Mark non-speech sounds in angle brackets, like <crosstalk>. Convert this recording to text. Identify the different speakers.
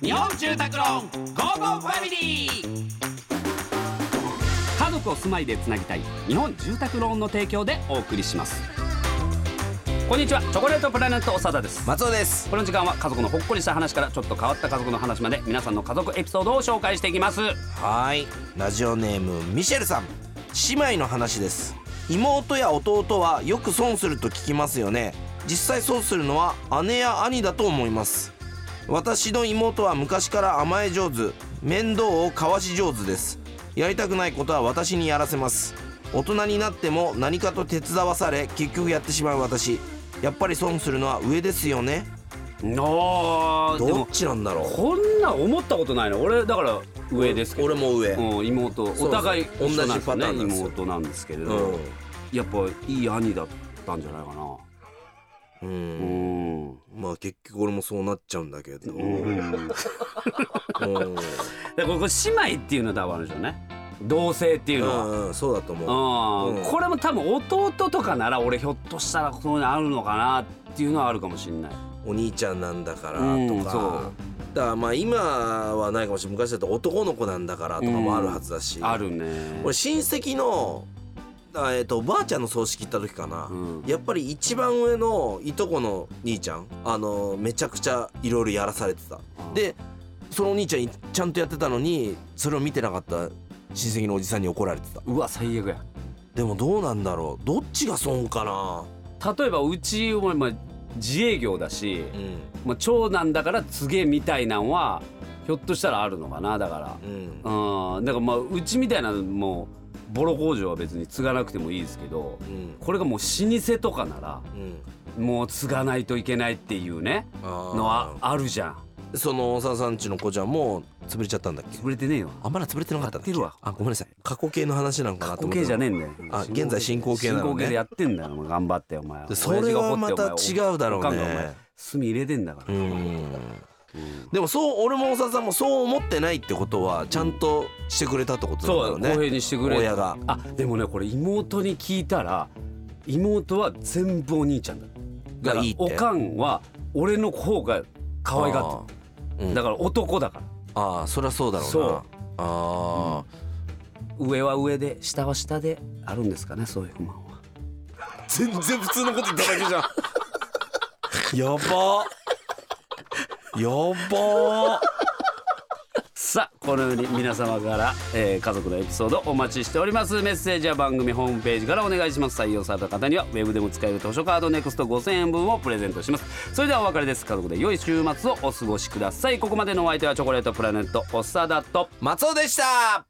Speaker 1: 日本住宅ローンゴーゴーファミリー家族を住まいでつなぎたい日本住宅ローンの提供でお送りしますこんにちはチョコレートプラネット長田です
Speaker 2: 松尾です
Speaker 1: この時間は家族のほっこりした話からちょっと変わった家族の話まで皆さんの家族エピソードを紹介していきます
Speaker 2: はいラジオネームミシェルさん姉妹の話です妹や弟はよく損すると聞きますよね実際損するのは姉や兄だと思います私の妹は昔から甘え上手面倒をかわし上手ですやりたくないことは私にやらせます大人になっても何かと手伝わされ結局やってしまう私やっぱり損するのは上ですよね
Speaker 1: あーで
Speaker 2: ど
Speaker 1: も
Speaker 2: っちなんだろう
Speaker 1: こんな思ったことないの俺だから上ですけど
Speaker 2: 俺も上
Speaker 1: うん、妹
Speaker 2: そう
Speaker 1: お互い
Speaker 2: 同
Speaker 1: 同
Speaker 2: じ
Speaker 1: じなんですよ
Speaker 2: パターン
Speaker 1: ね
Speaker 2: なんですよ
Speaker 1: 妹なんですけれど、
Speaker 2: うん
Speaker 1: やっぱいい兄だったんじゃないかな
Speaker 2: うん、
Speaker 1: うん、
Speaker 2: まあ結局俺もそうなっちゃうんだけ
Speaker 1: <laughs>
Speaker 2: ど、
Speaker 1: うん、だか
Speaker 2: う
Speaker 1: ら
Speaker 2: ん
Speaker 1: これ姉妹っていうのは多分あるでしょうね同性っていうのは、
Speaker 2: うんうん、そうだと
Speaker 1: う
Speaker 2: 思うんうん
Speaker 1: これも多分弟とかなら俺ひょっとしたらそういうのあるのかなっていうのはあるかもしれない
Speaker 2: お兄ちゃんなんだからとか、
Speaker 1: うんそう
Speaker 2: だからまあ今はないかもしれない昔だと男の子なんだからとかもあるはずだし、
Speaker 1: あるね
Speaker 2: 俺親戚のだからえっとおばあちゃんの葬式行った時かな、
Speaker 1: うん
Speaker 2: やっぱり一番上のいとこの兄ちゃんあのめちゃくちゃいろいろやらされてた
Speaker 1: うん
Speaker 2: でそのお兄ちゃんいちゃんとやってたのにそれを見てなかった親戚のおじさんに怒られてた
Speaker 1: うわ最悪や
Speaker 2: でもどうなんだろうどっちが損かな
Speaker 1: 例えばうちも今自営業だし、
Speaker 2: うん
Speaker 1: まあ、長男だから告げみたいなんはひょっとしたらあるのかなだから
Speaker 2: うん
Speaker 1: うんだからまあうちみたいなのもうボロ工場は別に継がなくてもいいですけど
Speaker 2: うん
Speaker 1: これがもう老舗とかなら
Speaker 2: うん
Speaker 1: もう継がないといけないっていうね
Speaker 2: あー
Speaker 1: のはあるじゃん
Speaker 2: その大沢さんちの子ちゃんも潰れちゃったんだっけ
Speaker 1: 潰れてねえよ
Speaker 2: あんまだ潰れてなかったんだっけ
Speaker 1: やってるわ
Speaker 2: あごめんなさい過去形の話なのかな
Speaker 1: 後
Speaker 2: と思って
Speaker 1: 継じゃねえ
Speaker 2: え
Speaker 1: んだよ
Speaker 2: あ現在進行形なのね
Speaker 1: 進行形でやってんだよお前頑張ってお前
Speaker 2: でそれはまた違うだろ
Speaker 1: お
Speaker 2: うね
Speaker 1: かんがお前炭入れてんだから、
Speaker 2: うん
Speaker 1: うん
Speaker 2: でもそう俺も大沢さんもそう思ってないってことはちゃんとしてくれたってこと
Speaker 1: そうだ
Speaker 2: な
Speaker 1: よ
Speaker 2: んだ
Speaker 1: 公
Speaker 2: ろうね
Speaker 1: 平にしてくれ
Speaker 2: 親が
Speaker 1: あでもねこれ妹に聞いたら妹は全部お兄ちゃんだだから
Speaker 2: がいいって
Speaker 1: おかんは俺の方が可愛がってる
Speaker 2: あーうん
Speaker 1: だから男だから
Speaker 2: あーそりゃそうだろうな
Speaker 1: そう
Speaker 2: あ
Speaker 1: 上は上で下は下であるんですかねそういう不満は
Speaker 2: ー全然普通のこと言っただけじゃんやばやば
Speaker 1: さあこのように皆様から、えー家族のエピソードお待ちしておりますメッセージは番組ホームページからお願いします採用された方にはウェブでも使える図書カード NEXT5000 円分をプレゼントしますそれではお別れです家族で良い週末をお過ごしくださいここまでのお相手はチョコレートプラネット長田と
Speaker 2: <laughs> 松尾でした